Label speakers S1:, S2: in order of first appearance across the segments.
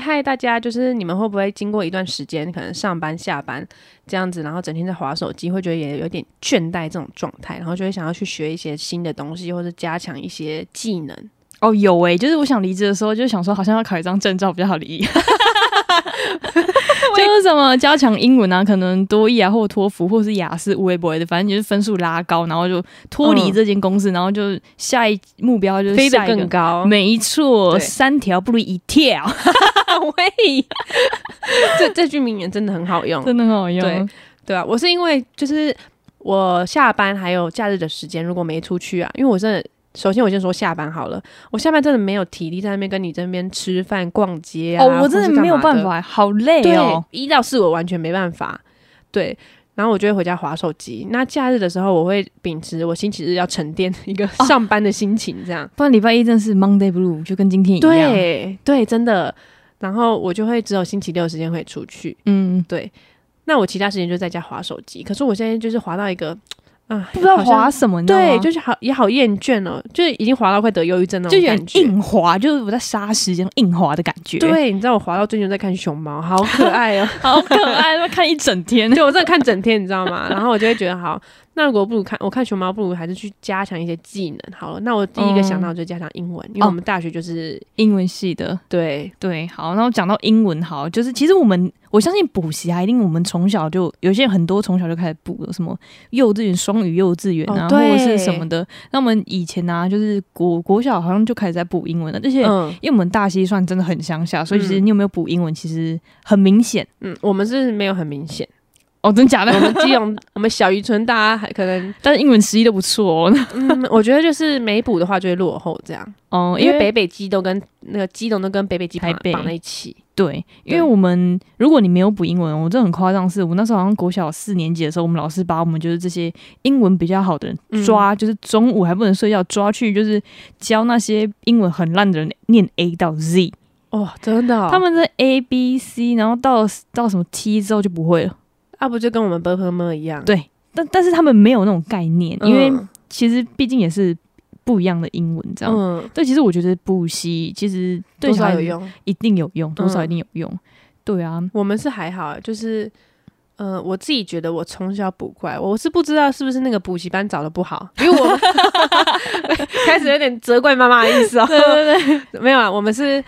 S1: 嗨，大家，就是你们会不会经过一段时间，可能上班、下班这样子，然后整天在划手机，会觉得也有点倦怠这种状态，然后就会想要去学一些新的东西，或者加强一些技能。
S2: 哦，有诶、就是我想离职的时候，就想说好像要考一张证照比较好离， 就是什么加强英文啊，可能多益啊，或托福，或是雅思、微博的，反正就是分数拉高，然后就脱离
S1: 嗯
S2: 这间公司，然后就下一目标就是
S1: 飞得
S2: 下一个
S1: 更 高，
S2: 没错，
S1: 对
S2: 三条不如一 条，喂，
S1: 这这句名言真的很好用，
S2: 真的很好用哦
S1: 对。对啊，我是因为就是我下班还有假日的时间，如果没出去啊，因为我真的，首先我先说下班好了，我下班真的没有体力在那边跟你这边吃饭、逛街啊，
S2: 哦，我真
S1: 或
S2: 的
S1: 是干嘛的
S2: 没有办，法，好累
S1: 对
S2: 哦。，
S1: 一到四我完全没办法，对。然后我就会回家划手机。那假日的时候，我会秉持我星期日要沉淀一
S2: 哦
S1: 个上班的心情，这样。
S2: 不然礼拜一真的是 Monday Blue，就跟今天一样。，
S1: 对对，真的。然后我就会只有星期六的时间会出去。
S2: 嗯，
S1: 对，那我其他时间就在家划手机。可是我现在就是划到一个，啊，
S2: 不知道
S1: 好像
S2: 滑什么，你知道
S1: 对，
S2: 吗
S1: 就是好也好厌倦哦，就是已经滑到快得忧郁症那
S2: 就
S1: 种
S2: 有
S1: 感
S2: 点
S1: 觉。
S2: 硬滑，就是我在杀时间硬滑的感觉。，
S1: 对，你知道我滑到最近在看熊猫，好可爱 哦！
S2: 好可爱，要看一整天。
S1: 对我真的看整天，你知道吗？ 然后我就会觉得，好，那如果不如看我看熊猫，不如还是去加强一些技能好了。那我第一个想到就是加强英文，因为我们大学就是、
S2: 英文系的，
S1: 对
S2: 对，好，然后讲到英文，好，就是其实我们我相信补习啊，一定我们从小就有些人很多从小就开始补了，什么幼稚园双语幼稚园啊，
S1: 哦
S2: 或
S1: 对
S2: 者是什么的。那我们以前啊，就是国国小好像就开始在补英文了，而且、
S1: 嗯
S2: 因为我们大溪算真的很乡下，所以其实
S1: 嗯
S2: 你有没有补英文，其实很明显。
S1: 嗯，我们是没有很明 显，
S2: 哦，真假
S1: 我
S2: 的？
S1: 们基隆我们小渔村大家还可能
S2: 但是英文实力都不错哦。
S1: 嗯，我觉得就是没补的话就会落后这样，
S2: 哦，
S1: 因为北北基都跟那个基隆都跟北北基
S2: 台
S1: 绑
S2: 北
S1: 绑在一起。
S2: 对，因为
S1: 对
S2: 我们如果你没有补英文，我这很夸张，是我那时候好像国小四年级的时候，我们老师把我们就是这些英文比较好的人
S1: 嗯
S2: 抓，就是中午还不能睡觉，抓去就是教那些英文很烂的人念 A 到 Z，、
S1: 哦，真的、
S2: 他们在 A B C，然后到到什么 T 之后就不会了。
S1: 啊不就跟我们 b p m 一样？
S2: 对，但但是他们没有那种概念，
S1: 嗯，
S2: 因为其实毕竟也是不一样的英文这样。
S1: 嗯，
S2: 对，其实我觉得补习其实对
S1: 多
S2: 小
S1: 少
S2: 孩
S1: 有
S2: 子
S1: 用。
S2: 一定有用，多少一
S1: 嗯
S2: 定有用。对啊，
S1: 我们是还好，就是呃，我自己觉得我从小补过来，我是不知道是不是那个补习班找的不好，因为 我开始有点责怪妈妈的意思哦。
S2: 对 对，
S1: 没有啊，我们是。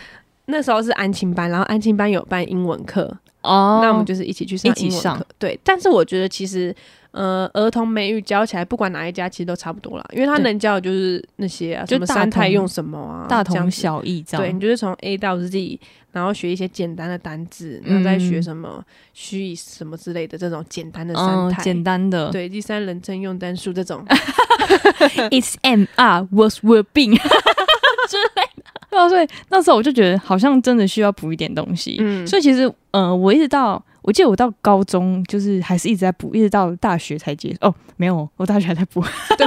S1: 那时候是安亲班，然后安亲班有办英文课，
S2: 哦
S1: 那我们就是一起去上
S2: 一起
S1: 英文
S2: 上
S1: 课。对，但是我觉得其实，呃，儿童美语教起来，不管哪一家其实都差不多啦，因为他
S2: 对
S1: 能教的就是那些啊，
S2: 就
S1: 什么
S2: 大
S1: 三态
S2: 同
S1: 用什么啊，
S2: 大
S1: 这样
S2: 同
S1: 子。
S2: 小异这样。
S1: 对，你就是从 A 到 Z，然后学一些简单的单字，然后再学
S2: 嗯
S1: 什么虚以什么之类的这种简单的三
S2: 嗯，
S1: 态。
S2: 简单的。
S1: 对，第三人称用单数这种，
S2: ，It's M R was were being 之类的。对啊，所以那时候我就觉得好像真的需要补一点东西。
S1: 嗯，
S2: 所以其实，呃，我一直到我记得我到高中就是还是一直在补，一直到大学才结束。哦，没有，我大学还在补。
S1: 对，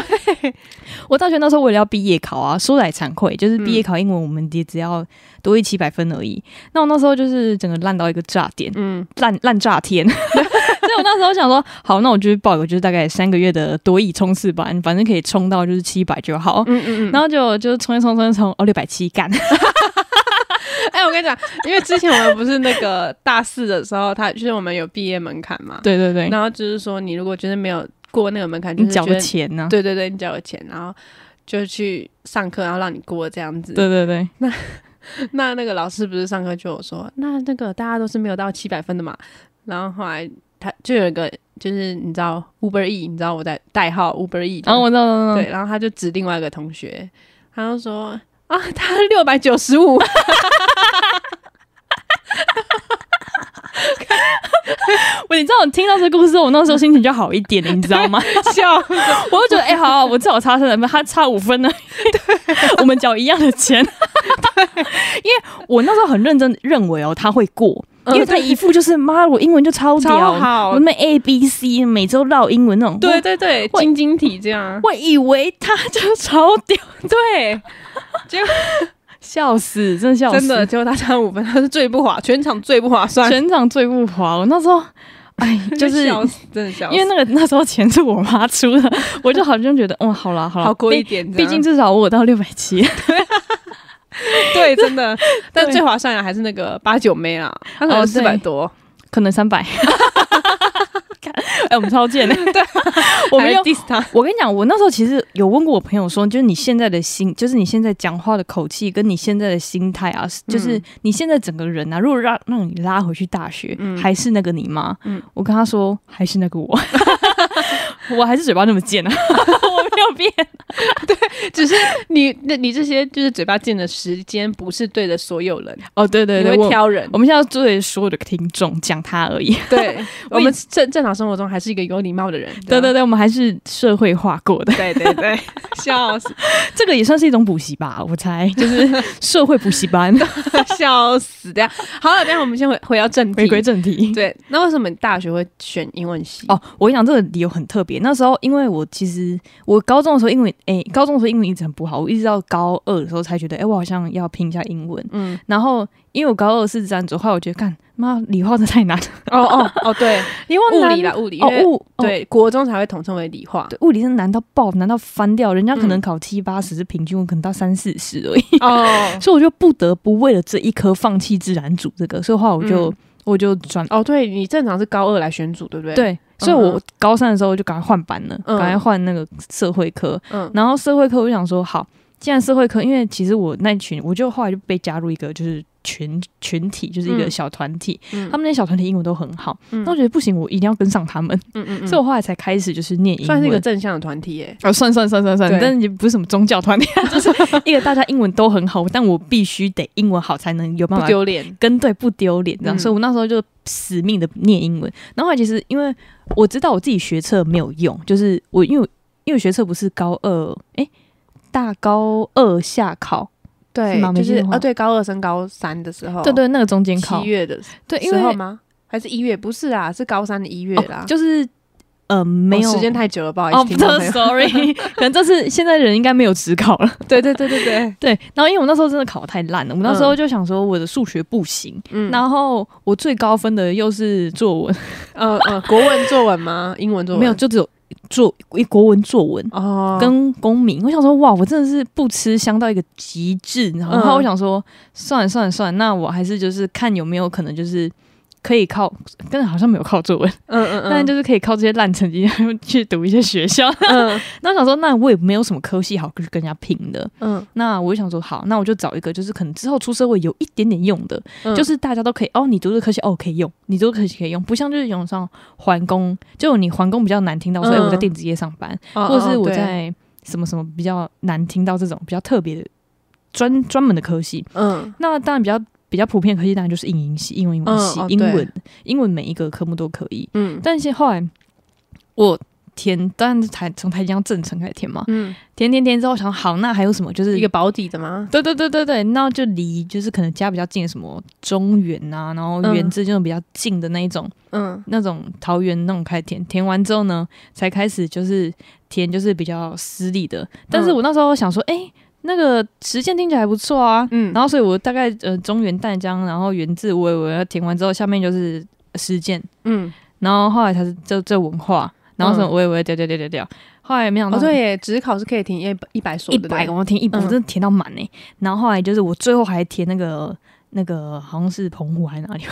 S2: 我大学那时候为了要毕业考啊，说来惭愧，就是毕业
S1: 嗯
S2: 考英文我们也只要多一七百分而已。那我那时候就是整个烂到一个炸点。
S1: 嗯，
S2: 烂烂炸天。 所以我那时候想说，好，那我就是报个就是大概三个月的多益冲刺班，反正可以冲到就是七百就好。
S1: 嗯嗯嗯。
S2: 然后就就冲一冲冲一冲，哦，六百七干。
S1: 哎、我跟你讲，因为之前我们不是那个大四的时候，他就是我们有毕业门槛嘛，
S2: 对对对，
S1: 然后就是说，你如果觉得没有过那个门槛，就
S2: 你
S1: 是
S2: 缴
S1: 觉
S2: 的
S1: 得
S2: 钱啊呢、
S1: 对对对，你交了钱，然后就去上课，然后让你过这样子。
S2: 对对对，
S1: 那那个老师不是上课就有说，那那个大家都是没有到七百分的嘛。然后后来他就有一个，就是你知道 Uber E，你知道我在代号 Uber E，的
S2: 哦然后我知道知道，知道
S1: 对，然后他就指另外一个同学，他就说啊，他六百九十五，
S2: 我你知道我听到这个故事，我那时候心情就好一点了，你知道 吗？
S1: 笑，
S2: 我就觉得，哎、好、啊，我至少差三分，他差五分呢。 我们缴一样的 钱。因为我那时候很认真地认为哦，他会过，因为他一副就是妈，我英文就超
S1: 嗯超
S2: 屌，
S1: 好
S2: 我，们 A B C 每周绕英文那种，
S1: 对对对，
S2: 我
S1: 晶晶体这样，啊
S2: 我，我以为他就超屌，
S1: 对，
S2: 笑死，真的笑死，
S1: 真的，结果他差五分，他是最不划，全场最不划算，
S2: 全场最不滑。我那时候，哎，就 是
S1: 笑死真的笑死，
S2: 因为那个那时候钱是我妈出的， 我就好像觉得，哦，好啦好啦，
S1: 好过一啊
S2: 毕
S1: 点这样，
S2: 毕竟至少我有到六百七，
S1: 对对，真的。 但最划算的还是那个八九妹啦，它可能
S2: 哦
S1: 四百多，
S2: 可能三百。哎，我们超贱的，对，
S1: 我
S2: 我们
S1: 们
S2: 又
S1: 要 diss 它。
S2: 我跟你讲，我那时候其实有问过我朋友说，就是你现在的心，就是你现在讲话的口气，跟你现在的心态啊，就是你现在整个人啊，如果让让你拉回去大学，还是那个你吗？
S1: 嗯
S2: 我跟他说，还是那个 我，我还是嘴巴那么贱啊， 我没有变。
S1: 只是 你那你这些就是嘴巴贱的时间，不是对的所有人，
S2: 哦，对对
S1: 你
S2: 对，
S1: 会
S2: 我
S1: 挑人
S2: 我。们现在对所有的听众讲他而已。
S1: 哦 对，
S2: 我
S1: 我们正正常生活中还是一个有礼貌的人。
S2: 对
S1: 这
S2: 啊对
S1: 样
S2: 对，我们还是社会化过的，
S1: 对对对， 笑死
S2: 这个也算是一种补习吧，我猜，就是社会补习 班。
S1: 笑死！这样好了，等一下我们先回回到正题。
S2: 回归正题，
S1: 对，那为什么你大学会选英文系？
S2: 哦，我跟你讲，这个理由很特别。那时候，因为我其实我高中的时候英文，诶、高中的时候英文一直很不好，我一直到高二的时候才觉得，诶、我好像要拼一下英文。
S1: 嗯，
S2: 然后，因为我高二是自然组，后来我觉得，干妈理化真的太难了，
S1: 哦哦哦，对，
S2: 理化
S1: 物
S2: 难
S1: 理啦，物理，
S2: 哦
S1: 因为
S2: 物哦
S1: 对，国中才会统称为理化。
S2: 对物理真的难到爆，难到翻掉。人家可能
S1: 嗯
S2: 考七八十是平均，我可能到三四十而已，
S1: 哦
S2: 所以我就不得不为了这一科放弃自然组这个，所以后来我就、
S1: 嗯
S2: 我就转
S1: 哦，对你正常是高二来选组，对不对？，
S2: 对，所以
S1: 嗯
S2: 我
S1: 哼
S2: 高三的时候就赶快换班了，
S1: 嗯
S2: 赶、快换那个社会科。
S1: 嗯
S2: 然后社会科我就想说，好，既然社会科，因为其实我那群，我就后来就被加入一个就是群群体，就是一个
S1: 嗯
S2: 小团体，
S1: 嗯
S2: 他们那小团体英文都很好，
S1: 嗯
S2: 那我觉得不行，我一定要跟上他们，
S1: 嗯嗯嗯，
S2: 所以我后来才开始就是念英文。
S1: 算是一个正向的团体耶。
S2: 哦，算算算算算
S1: 对，
S2: 但是也不是什么宗教团体，啊 就是一个大家英文都很好，但我必须得英文好才能有办
S1: 不
S2: 法
S1: 丢脸。
S2: 跟对不丢脸这样，
S1: 嗯
S2: 所以我那时候就死命的念英文。然后后来其实因为我知道我自己学测没有用，就是我因为因为我学测不是高二诶，大高二下考，
S1: 对
S2: 是吗，
S1: 就
S2: 没
S1: 是
S2: 记错
S1: 啊，对，高二升高三的时候，
S2: 对，对，那个中间考
S1: 七，月的
S2: 对，因
S1: 时候
S2: 为
S1: 吗？还是一月？不是啊，是高三的一月
S2: 哦
S1: 啦。
S2: 就是呃没
S1: 哦
S2: 有
S1: 时间太久了，不好意
S2: 哦
S1: 思，听众朋友
S2: ，sorry，可能这是现在人应该没有职考了，
S1: 对对对对 对，
S2: 对。然后因为我那时候真的考得太烂了，我那时候就想说我的数学不行，
S1: 嗯，
S2: 然后我最高分的又是作文，
S1: 呃呃，国文作文吗？英文作文
S2: 没有，就只有作国文作文，
S1: 哦，
S2: 跟公民，我想说，哇，我真的是不吃香到一个极致。然后
S1: 嗯
S2: 然后我想说，算了算了算了，那我还是就是看有没有可能就是可以靠，但好像没有靠作文，
S1: 嗯嗯嗯，
S2: 但就是可以靠这些烂成绩去读一些学校。
S1: 嗯
S2: 那我想说，那我也没有什么科系好去跟人家拼的。
S1: 嗯
S2: 那我就想说，好，那我就找一个就是可能之后出社会有一点点用的，
S1: 嗯，
S2: 就是大家都可以哦，你读的科系哦可以用，你读的科系可以用，不像就是有像环工，就你环工比较难听到说，哎、
S1: 嗯
S2: 我在电子业上班。
S1: 哦，
S2: 或者是
S1: 哦
S2: 我
S1: 对
S2: 在什么什么比较难听到这种比较特别的专专门的科系。
S1: 嗯
S2: 那当然比较比较普遍的科系，当然就是英英系、英文、英文系、
S1: 嗯哦
S2: 英
S1: 对
S2: 文、英文每一个科目都可以。
S1: 嗯
S2: 但是后来我填，当然是台从台江正成开始填嘛，
S1: 嗯，
S2: 填填填之后想好，那还有什么就是
S1: 一个保底的吗？
S2: 对对对对对，那就离就是可能家比较近的什么中原啊，然后
S1: 嗯
S2: 原治这种比较近的那一种，
S1: 嗯
S2: 那种桃园那种开始填，填完之后呢，才开始就是填就是比较私立的。但是我那时候想说，哎、那个实践听起来还不错啊，
S1: 嗯，
S2: 然后所以我大概呃中原淡江，然后原自我我要填完之后，下面就是实践，
S1: 嗯，
S2: 然后后来才是这这文化，然后什么
S1: 嗯
S2: 我也我也掉掉掉掉掉，后来没想到
S1: 哦对耶，只考是可以填一百一百所
S2: 一
S1: 的，
S2: 百，哦
S1: 对不对
S2: 我填一百，
S1: 嗯
S2: 我真的填到满哎、然后后来就是我最后还填那个那个好像是澎湖还是哪 里。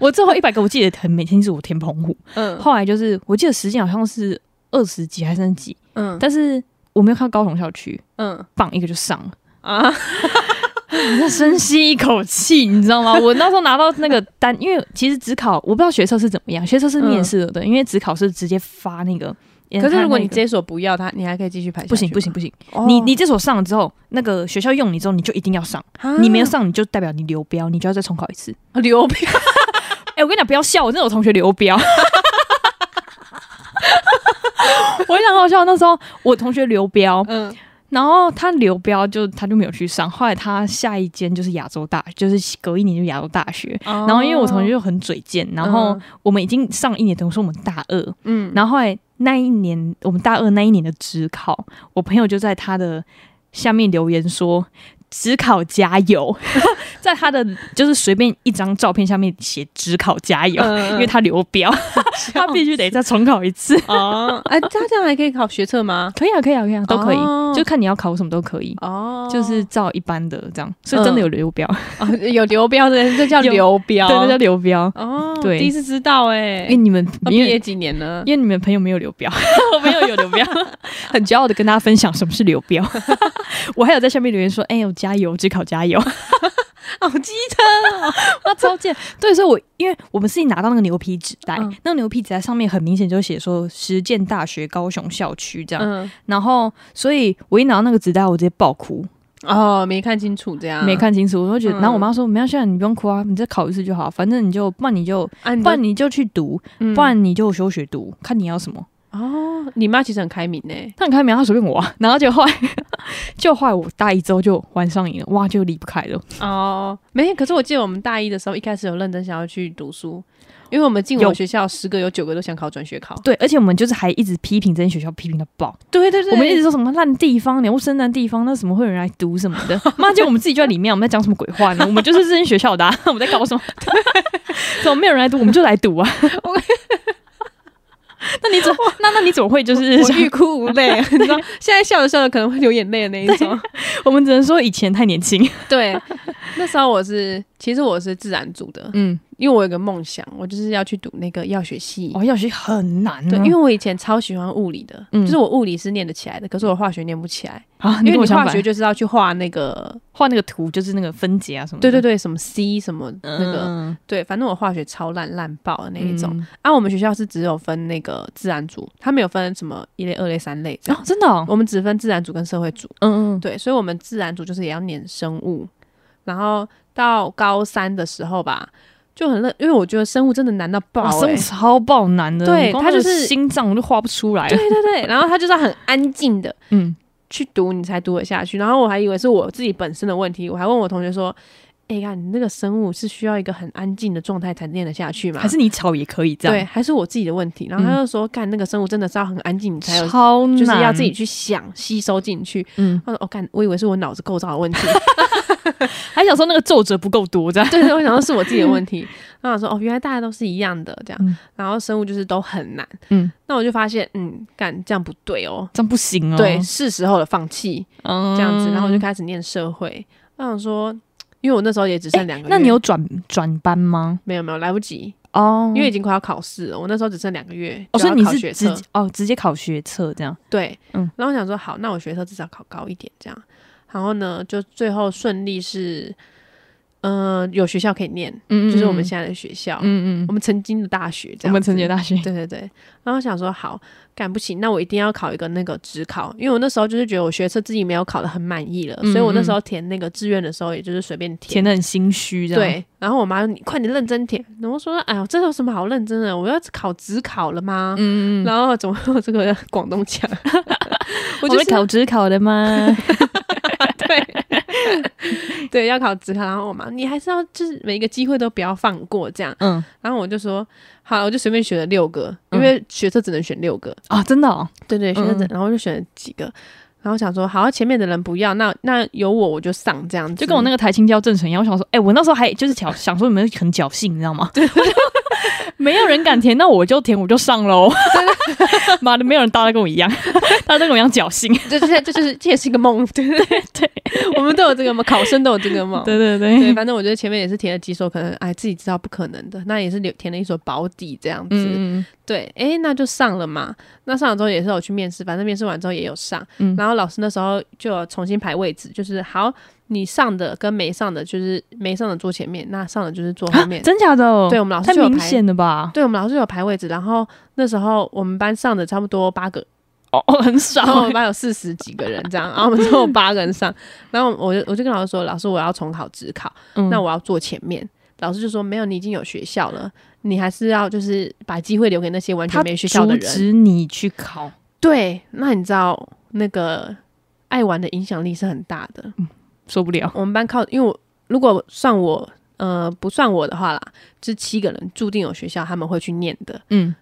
S2: 我最后一百个我记得很没清楚，我填澎湖，
S1: 嗯
S2: 后来就是我记得时间好像是二十几还是三十几，
S1: 嗯
S2: 但是我没有看到高雄校区，
S1: 嗯
S2: 棒一个就上了。
S1: 啊，
S2: 那深吸一口气，你知道吗？我那时候拿到那个单，因为其实只考我不知道学测是怎么样，学测是面试的，对，因为只考是直接发那个。
S1: 可是如果
S2: 他那
S1: 你
S2: 个
S1: 这所不要他，你还可以继续排下去吗。
S2: 不行不行不行，
S1: 哦，
S2: 你你这所上了之后，那个学校用你之后，你就一定要上，
S1: 啊
S2: 你没有上你就代表你流标，你就要再重考一次。
S1: 流标，
S2: 哎、我跟你讲，不要笑，我真的有同学流标。 我想好笑，那时候我同学流标，
S1: 嗯
S2: 然后他流标就他就没有去上，后来他下一间就是亚洲大，就是隔一年就亚洲大学。
S1: 然
S2: 然后因为我同学就很嘴贱，然后我们已经上一年，等于说我们大二，
S1: 嗯
S2: 然后后来那一年我们大二那一年的职考，我朋友就在他的下面留言说：“职考加油， 在他的就是随便一张照片下面写“只考加油”，因为他流 标，他必须得再重考一次。
S1: 哦，哎，他这样还可以考学测吗？
S2: 可以啊，可以啊，可以啊，都可以，
S1: 哦
S2: 就看你要考什么都可以，
S1: 哦，
S2: 就是照一般的这样，所以真的有流标，
S1: 哦有流标的，这叫
S2: 有
S1: 流标，
S2: 对，这叫流标。
S1: 哦，
S2: 对
S1: 第一次知道哎
S2: 因为，你们
S1: 那毕
S2: 因为
S1: 业几年了？
S2: 因为你们朋友没有流 标，我朋友有流标， 很骄傲的跟大家分享什么是流标。 我还有在下面留言说：“哎、呦，加油，只考加油。”
S1: 好机哦
S2: 那超贱。 对，所以我因为我们是拿到那个牛皮纸袋，
S1: 嗯
S2: 那个牛皮纸袋上面很明显就写说实践大学高雄校区这样。
S1: 嗯，
S2: 然后，所以我一拿到那个纸袋，我直接爆哭，
S1: 哦，没看清楚这样，
S2: 没看清楚。我就觉
S1: 嗯
S2: 得，然后我妈说：“没关系啊，你不用哭啊，你再考一次就好，反正你就，不然你就，
S1: 啊，你
S2: 不
S1: 都
S2: 然你就去读，
S1: 嗯
S2: 不然你就休学读，看你要什 么。”
S1: 哦，你妈其实很开明呢，
S2: 她很开明啊，她随便我、啊。然后就后来， 就后来我大一之后就玩上瘾了，哇，就离不开了。
S1: 哦，没，可是我记得我们大一的时候，一开始有认真想要去读书，因为我们进我
S2: 有
S1: 们学校十个有九个都想考转学考，
S2: 对，而且我们就是还一直批评这间学校，批评到爆。
S1: 对对对
S2: 我们一直说什么烂地方、鸟不生蛋地方，那怎么会有人来读什么的？妈，就我们自己就在里面，我们在讲什么鬼话呢？我们就是这间学校的、啊，我们在搞什么？怎么没有人来读，我们就来读啊！那你怎么那那你怎么会就是
S1: 我欲哭无泪，你知道，现在笑着笑着可能会流眼泪的那一种。
S2: 我们只能说以前太年轻，
S1: 对，那时候我是，其实我是自然组的，
S2: 嗯，
S1: 因为我有个梦想，我就是要去读那个药学系。
S2: 哦，药学很难、啊，
S1: 对，因为我以前超喜欢物理的，
S2: 嗯
S1: 就是我物理是念得起来的，可是我化学念不起来，
S2: 啊，
S1: 因为
S2: 跟我
S1: 你
S2: 相
S1: 化
S2: 反嗯
S1: 学就是要去画那个，
S2: 画那个图就是那个分解啊什么
S1: 对
S2: 的，
S1: 对对，什么 C 什么那个，
S2: 嗯
S1: 对，反正我化学超烂烂爆的那一种。
S2: 嗯
S1: 啊，我们学校是只有分那个自然组，它没有分什么一类、二类、三类这样，
S2: 哦，真的、哦，
S1: 我们只分自然组跟社会组。
S2: 嗯嗯，
S1: 对，所以我们自然组就是也要念生物，然后到高三的时候吧，就很累，因为我觉得生物真的难到爆、
S2: 哇，
S1: 欸，
S2: 哦生物超爆难的，
S1: 对
S2: 光
S1: 它
S2: 那个
S1: 就是
S2: 心脏我都画不出来了，
S1: 对对对，然后他就是要很安静的
S2: 嗯，
S1: 去读，你才读得下去。然后我还以为是我自己本身的问题，我还问我同学说：“哎、呀，你那个生物是需要一个很安静的状态才念得下去吗？”
S2: 还是你吵也可以这样，嗯
S1: 对，还是我自己的问题。然后他就说：“干、那个生物真的是要很安静，你才有，
S2: 超难，
S1: 就是要自己去想吸收进去。”
S2: 嗯，
S1: 他说：“哦，干，我以为是我脑子构造的问题。”
S2: 还想说那个皱褶不够多这样。
S1: 对对，我想说是我自己的问 题。然后我说哦，原来大家都是一样的这样，
S2: 嗯
S1: 然后生物就是都很难。
S2: 嗯，
S1: 那我就发现，嗯，干这样不对哦，
S2: 这样不行哦，
S1: 对，，是时候了，放弃
S2: 嗯
S1: 这样子。然后我就开始念社会。我想说，因为我那时候也只剩两个月，
S2: 那你有转转班吗？
S1: 没有没有来不及，
S2: 哦
S1: 因为已经快要考试了。我那时候只剩两个月，就
S2: 哦，所以
S1: 要
S2: 你
S1: 考
S2: 是
S1: 学
S2: 直
S1: 测
S2: 接哦直接考学测这样，
S1: 对，
S2: 嗯
S1: 然后我想说，好，那我学测至少考高一点这样。然后呢，就最后顺利是，呃，有学校可以念，
S2: 嗯
S1: 就是我们现在的学校，
S2: 嗯嗯
S1: 我，们曾经的大学这样子。
S2: 我们成杰大学，
S1: 对对对，然后想说好，干不行，那我一定要考一个那个职考，因为我那时候就是觉得我学测自己没有考得很满意了，所以我那时候填那个志愿的时候，也就是随便填。
S2: 嗯填的很心虚这样，，
S1: 对，然后我妈说：“你快点认真填。”然后我说：“哎呀，这有什么好认真的？我要考职考了吗？”
S2: 嗯嗯，
S1: 然后怎么会有这个 广东腔？我
S2: 我就
S1: 就是是
S2: 考职考 的吗？
S1: 对对，要考职考。然后我妈，你还是要就是每一个机会都不要放过这样。
S2: 嗯
S1: 然后我就说：“好，我就随便选了六个，因
S2: 嗯
S1: 为学测只能选六个。
S2: 啊，真的哦，
S1: 对对，选择者
S2: 嗯，
S1: 然后就选了几个，然后想说，好，前面的人不要，那那有我我就上这样子，
S2: 就跟我那个台青教正成一样，我想说，哎，我那时候还就是想想说有没有很侥幸，你知道吗？对， 没有人敢填，那我就填，我就上喽。 妈的，没有人大家跟我一 样，大家都跟我一样侥幸。
S1: 这这这就是这也是一个梦，对对对， 我们都有这个梦，考生都有这个梦。
S2: 对对
S1: 对，嗯
S2: 对，
S1: 反正我觉得前面也是填了几首，可能哎自己知道不可能的，那也是留填了一首保底这样子。
S2: 嗯，
S1: 对，哎，那就上了嘛。那上了之后也是有去面试，反正面试完之后也有上。
S2: 嗯
S1: 然后老师那时候就有重新排位置，就是好，你上的跟没上的，就是没上的坐前面，那上啊的哦就是坐后面。
S2: 真假的？
S1: 对我们老师
S2: 太
S1: 就有
S2: 明
S1: 排
S2: 显了吧？
S1: 对我们老师有排位置，然后那时候我们班上的差不多八个，
S2: 哦哦，很
S1: 然后我
S2: 少
S1: 们。班有四十几个人这样，然后我们只有八个人上，然后我就我就跟老师说，老师我要重考职考，
S2: 嗯
S1: 那我要坐前面。老师就说没有，你已经有学校了，你还是要就是把机会留给那些完全
S2: 他
S1: 没学校的
S2: 阻
S1: 人。
S2: 止你去考，
S1: 对，那你知道那个爱玩的影响力是很大的。
S2: 嗯受不了。
S1: 我们班靠，因为我如果算我呃不算我的话啦，这七个人注定有学校他们会去念的。
S2: 嗯，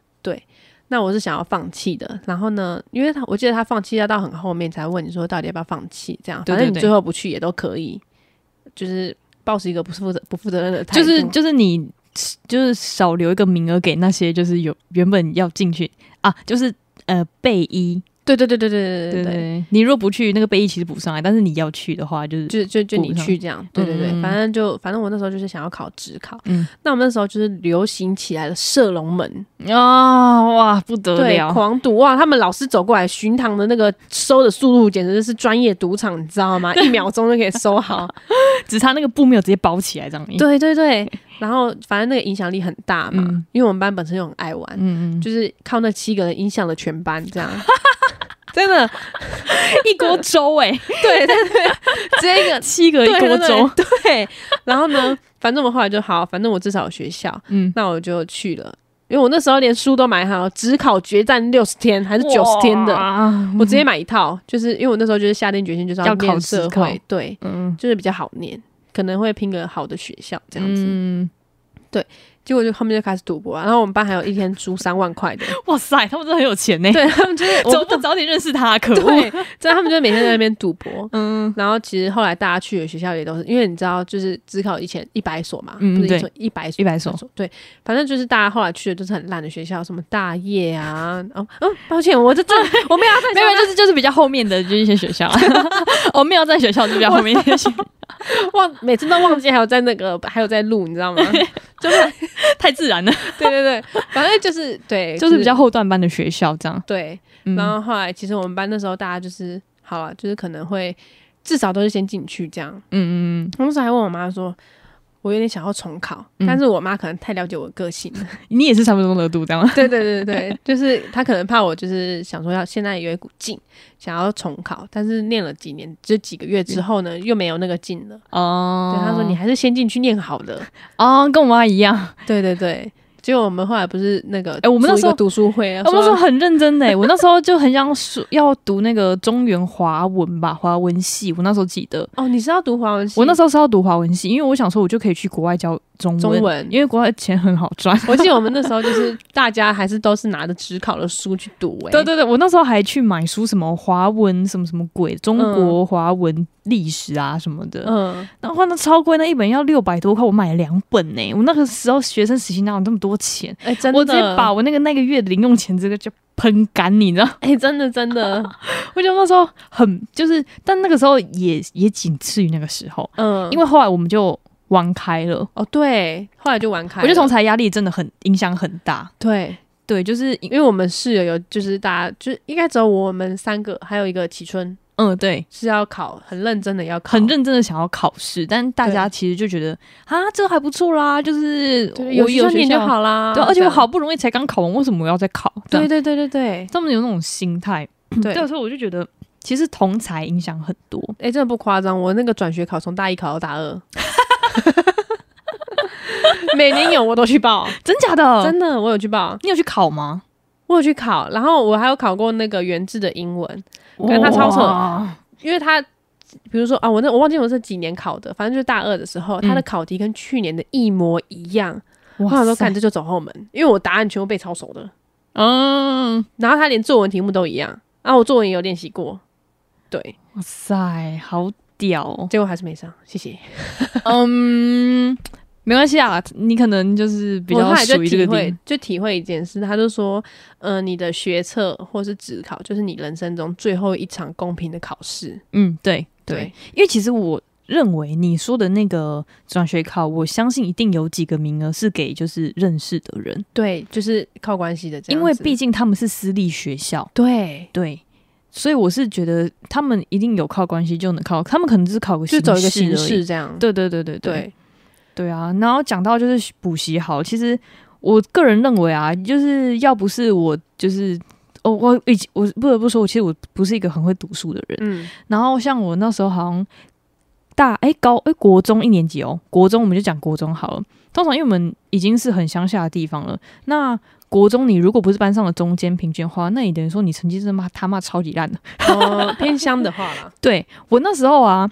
S1: 那我是想要放弃的。然后呢，因为他我记得他放弃要到很后面才问你说到底要不要放弃，这样
S2: 对对
S1: 反正你
S2: 对
S1: 最后不去也都可以，就是抱持一个不负责不负责任的态
S2: 就
S1: 度，
S2: 是就是你就是少留一个名额给那些就是有原本要进去啊，就是呃备一，
S1: 对对对对对对
S2: 对
S1: 对。
S2: 对，你若不去，那个备一其实补上来，但是你要去的话，就是
S1: 就就就
S2: 补
S1: 你
S2: 上
S1: 去这样，对对对，
S2: 嗯
S1: 反正就反正我那时候就是想要考职考，
S2: 嗯
S1: 那我们那时候就是流行起来了射龙门，
S2: 啊哇不得
S1: 对，
S2: 了，
S1: 狂赌哇！他们老师走过来巡堂的那个收的速度，简直是专业赌场，你知道 吗？一秒钟就可以收好。
S2: 只差那个布没有直接包起来这样。，
S1: 对对对，然后反正那个影响力很大嘛，
S2: 嗯
S1: 因为我们班本身就很爱玩，
S2: 嗯嗯，
S1: 就是靠那七个人影响了全班， 这样。真的，
S2: 一锅粥哎，
S1: 对对对，这 个
S2: 七个一
S1: 对
S2: 锅
S1: 对
S2: 粥，
S1: 对对。然后呢，反正我们后来就好，反正我至少有学校，
S2: 嗯，
S1: 那我就去了。因为我那时候连书都买好，只考决战六十天还是九十天的，
S2: 哇
S1: 我直接买一套，就是因为我那时候就是下定决心就是
S2: 要考
S1: 念
S2: 职
S1: 社
S2: 考
S1: 会，对，
S2: 嗯
S1: 就是比较好念，可能会拼个好的学校这样子。
S2: 嗯，
S1: 结果就他们就开始赌博啊，然后我们班还有一天输三万块 的，
S2: 哇塞，他们真的很有钱呢，
S1: 对他们 就是
S2: 怎
S1: 我
S2: 么不早点认识他？可恶，
S1: 对，真的他们就每天在那边赌博。
S2: 嗯
S1: 然后其实后来大家去的学校也都是，因为你知道，就是只考以前一百所嘛，
S2: 嗯
S1: 不是
S2: 对
S1: 一所一百
S2: 100所
S1: 对，反正就是大家后来去的都是很烂的学校，什么大业啊，哦，嗯，抱歉，我这这我没有要再
S2: 没有，就是就是比较后面的就是一些学 校，我没有在学校就比较后面一些学校，
S1: 忘，每次都忘记还有在那个还有在录，你知 道吗？就是
S2: 太自然了，
S1: 对对对，反正就是对，
S2: 就是比较后段班的学校这样。
S1: 对。
S2: 嗯
S1: 然后后来，其实我们班那时候大家就是好了，就是可能会至少都是先进去这样。
S2: 嗯嗯
S1: 我那时候还问我妈说，我有点想要重考，
S2: 嗯
S1: 但是我妈可能太了解我个性了。
S2: 嗯，你也是差不多热度这样吗。
S1: 对对对对，就是她可能怕我就是想说要现在有一股劲，想要重考，但是念了几年就几个月之后呢，又没有那个劲了。
S2: 哦
S1: 对，她说你还是先进去念好 了。
S2: 哦，跟我妈一样，
S1: 对对对。结果我们后来不是那个，
S2: 哎我们那时
S1: 组
S2: 候
S1: 一个读书会啊，
S2: 我那时候
S1: 说
S2: 很认真的欸，我那时候就很想说要读那个中原华文吧，华文系。我那时候记得，
S1: 哦，你是要读华文系？
S2: 我那时候是要读华文系，因为我想说我就可以去国外教中文，
S1: 中文
S2: 因为国外钱很好赚。
S1: 我记得我们那时候就是大家还是都是拿着职考的书去读、欸，
S2: 对对对，我那时候还去买书，什么华文什么什么鬼，中国华文历史啊什么的，
S1: 嗯，
S2: 然后那超贵，那一本要六百多块，我买了两本呢、我那个时候学生时期哪有那么多钱？
S1: 哎、真的，
S2: 我直接把我那个那个月的零用钱这个就喷干，你知道吗？
S1: 哎、真的真 的，
S2: 我觉得那时候很就是，但那个时候也也仅次于那个时候，
S1: 嗯，
S2: 因
S1: 为
S2: 为后来我们就玩开了。
S1: 哦对，后来就玩开了，
S2: 我觉得同才压力真的很影响很大，
S1: 对，
S2: 对，就是
S1: 因为我们室友有就是大家就是应该只有我们三个，还有一个启春
S2: 嗯，对，
S1: 是要考，很认真的要考，
S2: 很认真的想要考试，但大家其实就觉得啊，这还不错啦，就是
S1: 对，
S2: 我
S1: 有
S2: 有
S1: 有
S2: 学
S1: 念就
S2: 校，
S1: 好啊啦，
S2: 对，而且
S1: 这
S2: 我
S1: 样
S2: 好，不容易才刚考完，为什么我要再考？这
S1: 对
S2: 样，
S1: 对对对对
S2: 他们有那种心态，
S1: 对，
S2: 对，
S1: 哎、
S2: 所以我就觉得其实同才影响很多，
S1: 真的不夸张，我那个转学考从大一考到大二。 每年有我都去报，
S2: 真假的？
S1: 真的我有去报，
S2: 你有去考吗？
S1: 我有去考，然后我还有考过那个原制的英文，跟他超扯
S2: 哇
S1: 因为他比如说啊，我那我忘记我是几年考的，反正就是大二的时候，他的考题跟去年的一模一样，我
S2: 哇
S1: 想说
S2: 塞
S1: 看这就走后门，因为我答案全部背抄手的，
S2: 嗯，
S1: 然后他连作文题目都一样，然后我作文也有练习过，对，
S2: 哇塞，好屌、哦！
S1: 结果还是没上，谢谢。
S2: 嗯，没关系啊，你可能就是比
S1: 我后
S2: 较
S1: 来就
S2: 属于这
S1: 体
S2: 个
S1: 会
S2: 点。
S1: 就体会一件事，他就说，嗯、你的学测或是职考，就是你人生中最后一场公平的考试，
S2: 嗯，对对
S1: 对，，
S2: 因为其实我认为你说的那个转学考，我相信一定有几个名额是给就是认识的人，
S1: 对，就是靠关系的这样子，
S2: 因为毕竟他们是私立学校，
S1: 对。
S2: 对。所以我是觉得他们一定有靠关系就能靠，他们可能只是考个
S1: 就走一个形
S2: 而已。
S1: 式这样。
S2: 对对对对对
S1: 对
S2: 对啊，然后讲到就是补习好，其实我个人认为啊，就是要不是我就是。哦，我以前我不得不说，我其实我不是一个很会读书的人。
S1: 嗯，
S2: 然后像我那时候好像大哎、高哎、国中一年级哦，国中我们就讲国中好了。通常因为我们已经是很乡下的地方了，那国中你如果不是班上的中间平均的话，那你等于说你成绩真的妈他妈超级烂的。
S1: 哦，偏乡的话啦，
S2: 对我那时候啊，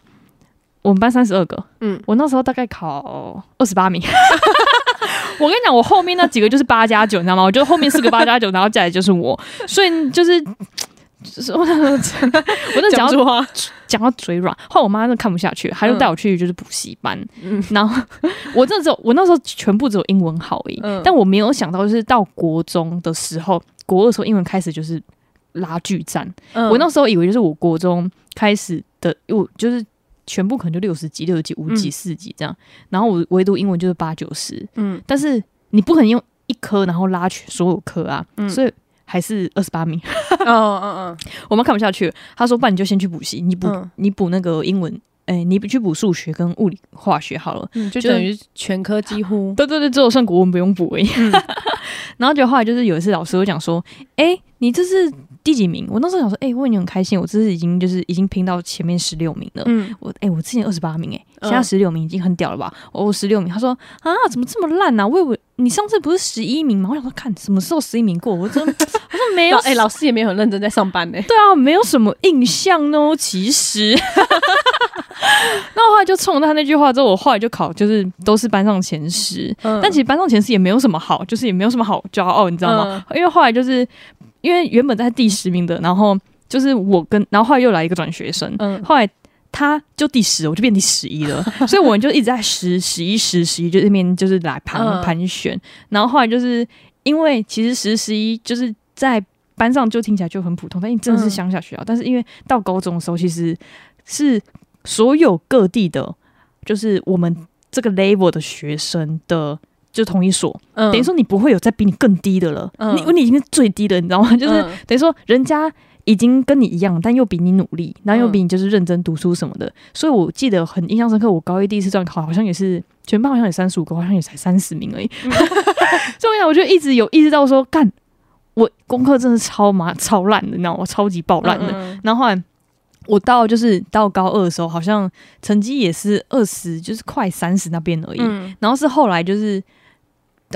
S2: 我们班三十二个，
S1: 嗯，
S2: 我那时候大概考二十八名。 我跟你讲，我后面那几个就是八加九，你知道吗？我就后面四个八加九，然后 再来就是我，所以就是。就是我 我那讲
S1: 讲
S2: 到
S1: 出话，
S2: 讲到嘴软。后来我妈真的看不下去，她就带我去就是补习班，
S1: 嗯
S2: 然后我真的只有我那时候全部只有英文好而已，
S1: 嗯
S2: 但我没有想到就是到国中的时候，国二的时候英文开始就是拉锯战，
S1: 嗯
S2: 我那时候以为就是我国中开始的，我就是全部可能就六十级、六十级、五级、
S1: 嗯
S2: 四级这样，然后我唯独英文就是八九十，
S1: 嗯
S2: 但是你不可能用一科然后拉去所有科啊，所以还是二十八名，
S1: 哦 哦
S2: 我妈看不下去，她说：“不然你就先去补习，你补、
S1: 嗯
S2: 你补那个英文，哎、你去补数学跟物理化学好了。”
S1: 嗯，就
S2: 就
S1: 等于全科几乎
S2: 对对对，只有算国文不用补而已。
S1: 嗯
S2: 然后就后来就是有一次老师会讲说，哎、你这是第几名？我那时候想说，哎、我已经很开心，我这是已经就是已经拼到前面十六名了。
S1: 嗯
S2: 我哎、我之前二十八名哎、
S1: 嗯
S2: 现在十六名已经很屌了吧？哦，十六名。他说啊，怎么这么烂呢、啊？我以为你上次不是十一名吗？我想说，看什么时候十一名过？我真的我说没 有
S1: 老，哎、老师也没有很认真在上班呢、
S2: 对啊，没有什么印象哦。其实， 那我后来就冲着他那句话之后，我后来就考就是都是班上前十，
S1: 嗯
S2: 但其实班上前十也没有什么好，就是也没有什么好骄傲，你知道吗？
S1: 嗯
S2: 因为后来就是因为原本在第十名的，然后就是我跟，然后后来又来一个转学生，
S1: 嗯
S2: 后来他就第十，我就变第十 一了，所以我们就一直在十、十一、十、十一，就那边就是来盘
S1: 嗯
S2: 盘旋。然后后来就是因为其实十、十一就是在班上就听起来就很普通，但因为真的是
S1: 嗯
S2: 乡下学校，但是因为到高中的时候，其实是所有各地的，就是我们这个 level 的学生的。就同一所，
S1: 嗯
S2: 等于说你不会有再比你更低的了，
S1: 嗯
S2: 你你已经是最低的，你知道吗？ 就是
S1: 嗯
S2: 等于说人家已经跟你一样，但又比你努力，然后
S1: 嗯
S2: 又比你就是认真读书什么的。所以我记得很印象深刻，我高一第一次段考好像也是全班好像也三十五个，好像也才三十名而已。
S1: 嗯
S2: 所以我就一直有意识到说，干我功课真的超麻超烂的，你知道吗？超级爆烂的。
S1: 嗯
S2: 然后后来我到就是到高二的时候，好像成绩也是二十，就是快三十那边而已。
S1: 嗯
S2: 然后是后来就是。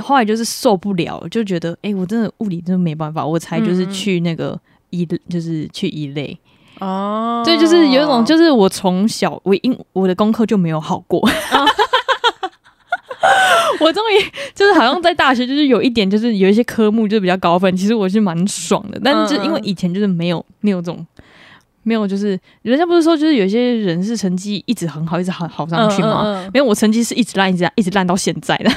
S2: 后来就是受不了，就觉得哎、诶我真的物理真的没办法，我才就是
S1: 嗯嗯
S2: 去那个一，就是去一类，
S1: 嗯哦，
S2: 对，就是有一种就是我从小我因我的功课就没有好 过，我终于就是好像在大学就是有一点就是有一些科目就是比较高分，其实我是蛮爽的，但是就因为
S1: 嗯嗯
S2: 以前就是没有没有这种。没有，就是人家不是说，就是有些人是成绩一直很好，一直好好上去吗？
S1: 嗯嗯嗯
S2: 没有，我成绩是一直烂，一直烂，一直烂到现在的。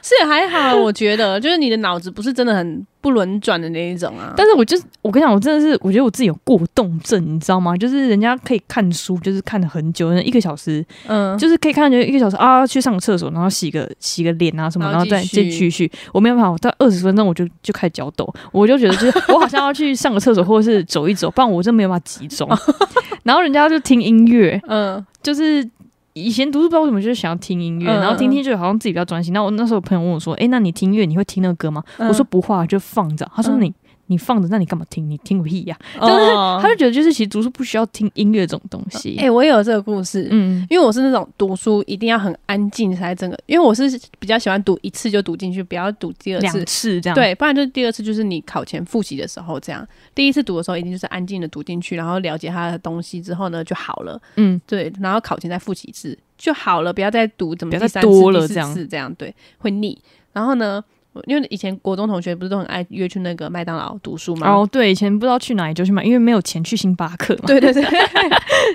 S1: 是还好，我觉得就是你的脑子不是真的很不轮转的那一种啊。
S2: 但是我就是，我跟你讲，我真的是，我觉得我自己有过动症，你知道吗？就是人家可以看书，就是看了很久，一个小时，
S1: 嗯，
S2: 就是可以看就一个小时啊，去上个厕所，然后洗个洗个脸啊什么，然
S1: 然
S2: 后
S1: 后
S2: 再
S1: 继
S2: 再
S1: 续
S2: 继续。我没有办法，我到二十分钟我就就开始脚抖，我就觉得就是 我好像要去上个厕所或者是走一走，不然我真没有办法集中。
S1: 哦
S2: 然后人家就听音乐，
S1: 嗯
S2: 就是。以前读书不知道为什么就是想要听音乐，
S1: 嗯
S2: 然后听听就好像自己比较专心。那我那时候朋友问我说：“诶，那你听音乐你会听那个歌吗？”
S1: 嗯
S2: 我说：“不会啊，就放着。”他说
S1: 嗯
S2: 你：“你放着，那你干嘛听？你听个屁呀、
S1: 就
S2: 就是
S1: 是
S2: 他就觉得就是其实读书不需要听音乐这种东西。
S1: 哎、我也有这个故事。
S2: 嗯，
S1: 因为我是那种读书一定要很安静才整个，因为我是比较喜欢读一次就读进去，不要读第二
S2: 两
S1: 次。
S2: 次这样。
S1: 对，不然就是第二次就是你考前复习的时候这样。第一次读的时候一定就是安静的读进去，然后了解它的东西之后呢就好了。
S2: 嗯，
S1: 对，然后考前再复习一次就好了，不要再读怎么
S2: 不要
S1: 第
S2: 再
S1: 三次、
S2: 多了
S1: 第四
S2: 这样
S1: 次这样对会腻。然后呢，我因为以前国中同学不是都很爱约去那个麦当劳读书吗？
S2: 哦，对，以前不知道去哪里就去买，因为没有钱去星巴克嘛。
S1: 对对 对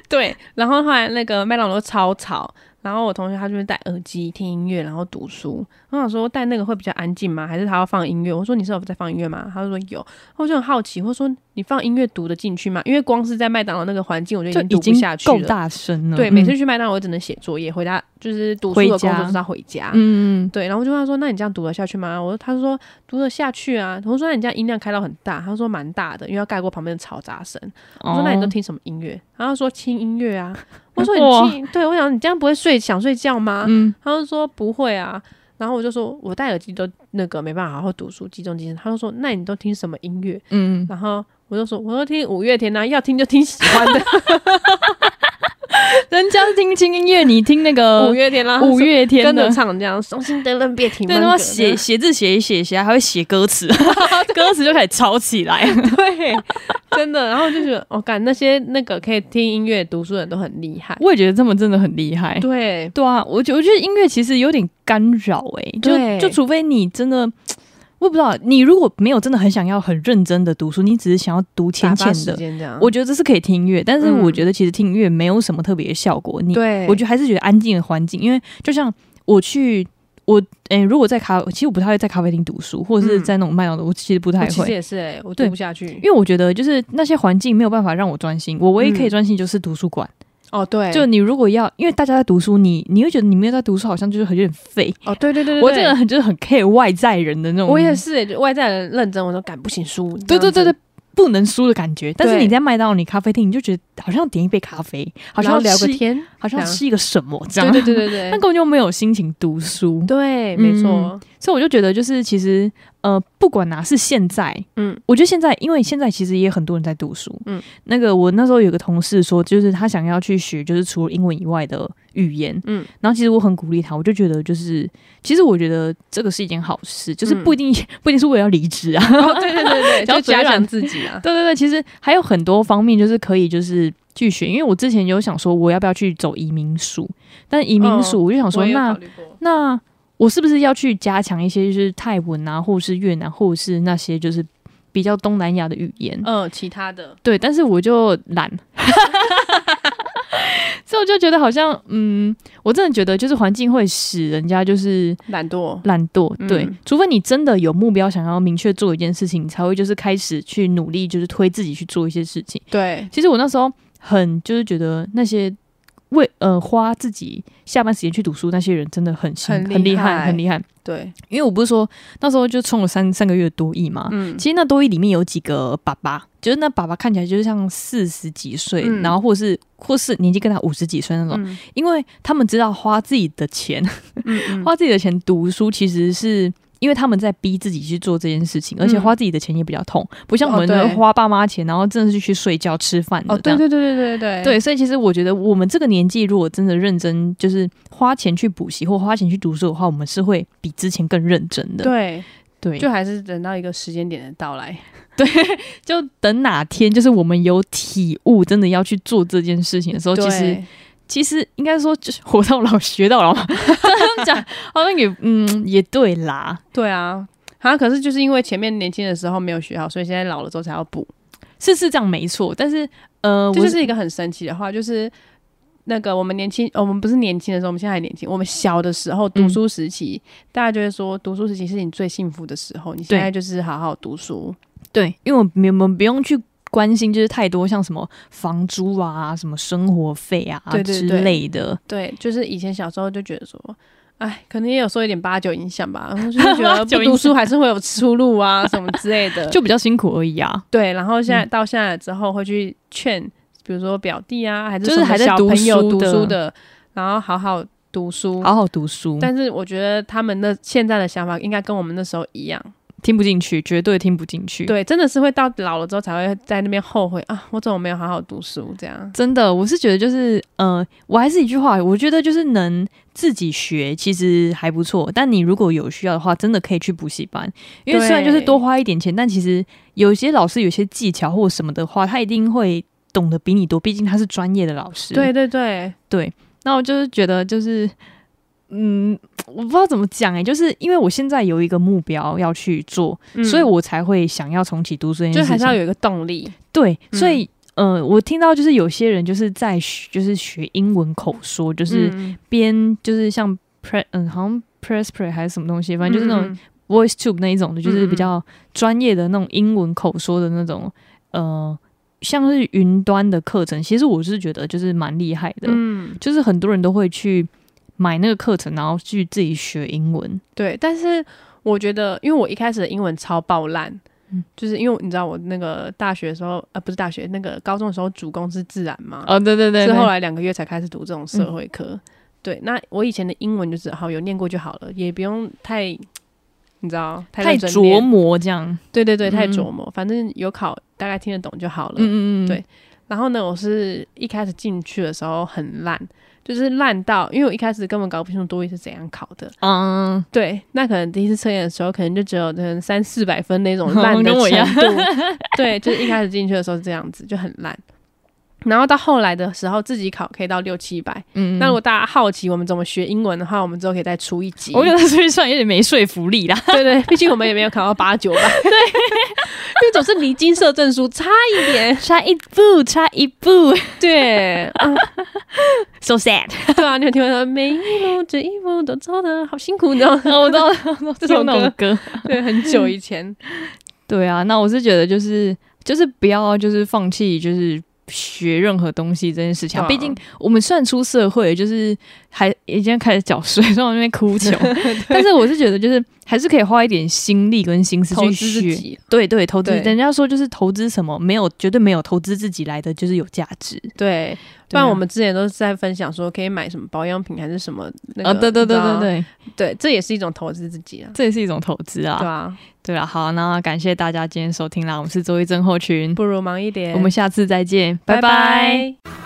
S1: 对，然后后来那个麦当劳超吵，然后我同学他就是戴耳机听音乐，然后读书。我想说戴那个会比较安静吗？还是他要放音乐？我说你是有在放音乐吗？他就说有。我就很好奇，我说你放音乐读得进去吗？因为光是在麦当劳那个环境，我就已
S2: 就
S1: 经
S2: 已
S1: 读不
S2: 经
S1: 下去
S2: 够
S1: 了。
S2: 大声了。
S1: 对，
S2: 嗯
S1: 每次去麦当劳我只能写作业，回答就是读书
S2: 回
S1: 的工
S2: 家
S1: 作就是要回家。
S2: 嗯，嗯
S1: 对，然后我就问他说：“那你这样读得下去吗？”我说：“他说读得下去啊。”我说：“那你这样音量开到很大。”他说：“蛮大的，因为要盖过旁边的嘈杂声。”我
S2: 嗯
S1: 说那你都
S2: 哦
S1: 听什么音乐？然后他说轻音乐 啊。我说
S2: 哇
S1: 你轻，对我想你这样不会睡想睡觉吗？
S2: 嗯，
S1: 他就说不会啊。然后我就说我戴耳机都那个没办法好好读书，集中精神。他就说那你都听什么音乐？
S2: 嗯，
S1: 然后我就说我都听五月天啊，要听就听喜欢的
S2: 人家是听轻音乐，你听那个
S1: 五月天啦、
S2: 五月天
S1: 跟
S2: 的
S1: 着。唱这样，伤心的人别听慢
S2: 对，
S1: 歌。
S2: 他妈写写字写一写一写，还会写歌 词，歌词就开始抄起来。
S1: 对， 真的。然后就觉得，我、哦、感那些那个可以听音乐读书的人都很厉害。
S2: 我也觉得这么真的很厉害。
S1: 对，
S2: 对啊，我觉我觉得音乐其实有点干扰哎、
S1: 对
S2: 就就除非你真的，我也不知道，你如果没有真的很想要很认真的读书，你只是想要读浅
S1: 打
S2: 浅
S1: 发时
S2: 的，
S1: 间这样。
S2: 我觉得这是可以听音乐，但是
S1: 嗯
S2: 我觉得其实听音乐没有什么特别的效果。你，
S1: 对，
S2: 我觉得还是觉得安静的环境，因为就像我去我，诶、如果在咖，其实我不太会在咖啡厅读书，或者是
S1: 嗯
S2: 在那种麦当劳，我其实不
S1: 我
S2: 太
S1: 其实
S2: 会。
S1: 也是哎，我
S2: 对
S1: 读不下去
S2: 因。为我觉得，就是那些环境没有办法让我专心，我唯一可以
S1: 嗯
S2: 专心就是图书馆。
S1: 哦，对，
S2: 就你如果要，因为大家在读书，你你会觉得你没有在读书，好像就是很有点废。
S1: 哦，对对对对，
S2: 我这
S1: 对
S2: 个人很就是很 care 外在人的那种，
S1: 我也是欸，就外在人认真，我都赶不行书。
S2: 对对对
S1: 这样
S2: 对
S1: 子，，
S2: 不能输的感觉。但是
S1: 对
S2: 你在麦当劳、你咖啡厅，你就觉得好像点一杯咖啡，好
S1: 然后
S2: 像要
S1: 聊个
S2: 吃，
S1: 天，
S2: 好像要
S1: 这样
S2: 吃一个什么这
S1: 对
S2: 样。
S1: 对对对 对
S2: 但根本就没有心情读书，
S1: 对，没错
S2: 嗯，所以我就觉得，就是其实，呃，不管哪是现在，
S1: 嗯
S2: 我觉得现在，因为现在其实也很多人在读书，嗯
S1: 嗯，
S2: 那个我那时候有个同事说，就是他想要去学，就是除了英文以外的语言，嗯
S1: 嗯，
S2: 然后其实我很鼓励他，我就觉得就是，其实我觉得这个是一件好事，就是不一定、 不一定是为了离职啊，
S1: 嗯哦，对对对 对，
S2: 然后
S1: 就
S2: 嘴
S1: 加
S2: 软
S1: 强自己啊。
S2: 对对对，其实还有很多方面就是可以就是去学，因为我之前有想说我要不要去走移民署，但移民署我就想说
S1: 哦我也有
S2: 那。
S1: 考虑过
S2: 那我是不是要去加强一些就是泰文啊，或者是越南，或者是那些就是比较东南亚的语言？
S1: 嗯，其他的
S2: 对，但是我就懒， 所以我就觉得好像，嗯，我真的觉得就是环境会使人家就是
S1: 懒惰，
S2: 懒惰，
S1: 嗯
S2: 对，除非你真的有目标，想要明确做一件事情，你才会就是开始去努力，就是推自己去做一些事情。
S1: 对，
S2: 其实我那时候很就是觉得那些为呃花自己下班时间去读书那些人真的很辛
S1: 很
S2: 很厉
S1: 厉
S2: 害
S1: 害
S2: 很厉害，
S1: 对，
S2: 因为我不是说那时候就冲了三三个月多亿嘛，
S1: 嗯，
S2: 其实那多亿里面有几个爸爸，就是那爸爸看起来就是像四十几岁，
S1: 嗯
S2: 然后或是或是年纪跟他五十几岁那种，
S1: 嗯
S2: 因为他们知道花自己的钱，
S1: 嗯嗯
S2: 花自己的钱读书其实是。因为他们在逼自己去做这件事情，而且花自己的钱也比较痛，不像我们
S1: 嗯哦
S2: 的
S1: 对
S2: 花爸妈钱，然后真的是去睡觉吃饭的
S1: 哦，
S2: 这
S1: 对
S2: 样。
S1: 对对对对对
S2: 对，所以其实我觉得我们这个年纪，如果真的认真，就是花钱去补习或花钱去读书的话，我们是会比之前更认真的。
S1: 对，
S2: 对，
S1: 就
S2: 就
S1: 还是等到一个时间点的到来，
S2: 就等哪天就是我们有体悟，真的要去做这件事情的时
S1: 哦
S2: 候，其实
S1: 对
S2: 其实应该说就是活到老学到老嘛， 这样讲好像也嗯也对啦，
S1: 对啊。啊！可是就是因为前面年轻的时候没有学好，所以现在老了之后才要补。
S2: 是是这样没错，但是呃，
S1: 这
S2: 我
S1: 就是是一个很神奇的话，就是那个我们年轻，呃我们不是年轻的时候，我们现在还年轻。我们小的时候
S2: 嗯
S1: 读书时期，大家就会说读书时期是你最幸福的时候，你现在就是好好读书。
S2: 对，因为我们我们不用去。关心就是太多，像什么房租啊、什么生活费啊
S1: 对对
S2: 之
S1: 对
S2: 类的，
S1: 对，就是以前小时候就觉得说，哎，可能也有受一点八九影响吧， 然后就是觉得
S2: 八九
S1: 不
S2: 影响
S1: 读书还是会有出路啊，什么之类的。
S2: 就比较辛苦而已啊。
S1: 对，然后现在、到现在之后会去劝，比如说表弟啊，还是
S2: 就是
S1: 什么
S2: 还在
S1: 小
S2: 读
S1: 朋友
S2: 书
S1: 读
S2: 的
S1: 书的，然后好好读书。
S2: 好好读书，
S1: 但是我觉得他们的现在的想法应该跟我们那时候一样，
S2: 听不进去，绝对听不进去。，
S1: 对，真的是会到老了之后才会在那边后悔啊，我怎么没有好好读书这样？
S2: 真的，我是觉得就是，呃，我还是一句话，我觉得就是能自己学，其实还不错。但你如果有需要的话，真的可以去补习班，因为
S1: 对
S2: 虽然就是多花一点钱，但其实有些老师有些技巧或什么的话，他一定会懂得比你多，毕竟他是专业的老师。
S1: 对，对对，
S2: 那我就是觉得就是。嗯，我不知道怎么讲哎、就是因为我现在有一个目标要去做，
S1: 嗯
S2: 所以我才会想要重启读书这件
S1: 就
S2: 事情。
S1: 还是要有一个动力，
S2: 对，
S1: 嗯
S2: 所以、呃，我听到就是有些人就是在学，就是学英文口说，就是
S1: 嗯
S2: 边就是像 pre 嗯，好像 press play 还是什么东西，反正就是那种
S1: 嗯
S2: voice tube 那一种的，就是
S1: 嗯嗯
S2: 比较专业的那种英文口说的那种，呃，像是云端的课程，其实我是觉得就是蛮厉害的，
S1: 嗯，
S2: 就是很多人都会去。买那个课程，然后去自己学英文。
S1: 对。但是我觉得，因为我一开始的英文超爆烂
S2: 嗯。
S1: 就是因为你知道我那个大学的时候，呃，不是大学，那个高中的时候主攻是自然嘛，
S2: 哦，对对对嗯
S1: 是
S2: 对
S1: 后来两个月才开始读这种社会科。对，那我以前的英文就是好有念过就好了，也不用太，你知道，太
S2: 太
S1: 认真
S2: 琢
S1: 练。
S2: 磨这样。
S1: 对对对，太
S2: 嗯
S1: 琢磨，反正有考大概听得懂就好了。
S2: 嗯嗯嗯，
S1: 对然后呢，我是一开始进去的时候很烂，就是烂到，因为我一开始根本搞不清楚多语是怎样考的。
S2: 嗯，
S1: 对，那可能第一次测验的时候，可能就只有可能三四百 分那种烂的
S2: 跟我一样
S1: 程度。对，就是一开始进去的时候是这样子，就很烂。然后到后来的时候，自己考可以到六七百。
S2: 嗯，
S1: 那如果大家好奇我们怎么学英文的话，我们之后可以再出一集。
S2: 我觉得这边算有点没说服力啦。
S1: 对对，毕竟我们也没有考到八九吧。 对，因为总是离金色证书差一点。
S2: 差一步，差一步
S1: 对，啊
S2: ，so sad。
S1: 对啊，你有听过说每一步这一步都走的好辛苦，你知道吗？
S2: 我都这
S1: 首
S2: 首那种歌，
S1: 对，很久以 前。
S2: 对啊，那我是觉得就是就是不要就是放弃就是学任何东西这件事情
S1: 对啊
S2: 啊、毕竟我们虽然出社会，就是还已经开始缴税，虽然我那边 哭穷，但是我是觉得就是还是可以花一点心力跟心思
S1: 投
S2: 去
S1: 资自
S2: 学。
S1: 己，
S2: 对对，投资
S1: 对
S2: 人家说就是投资什么没有绝对没有投资自己来的就是有价值。
S1: 对，不
S2: 对啊
S1: 然我们之前都是在分享说可以买什么保养品还是什么那个
S2: 啊，对对对
S1: 你知道
S2: 对对，
S1: 对，这也是一种投资自己啊，
S2: 这也是一种投资
S1: 对
S2: 啊。
S1: 啊，
S2: 对啊，好，那感谢大家今天收听啦，我们是周一症候群，
S1: 不如忙一点，
S2: 我们下次再见，
S1: 拜
S2: 拜拜
S1: 拜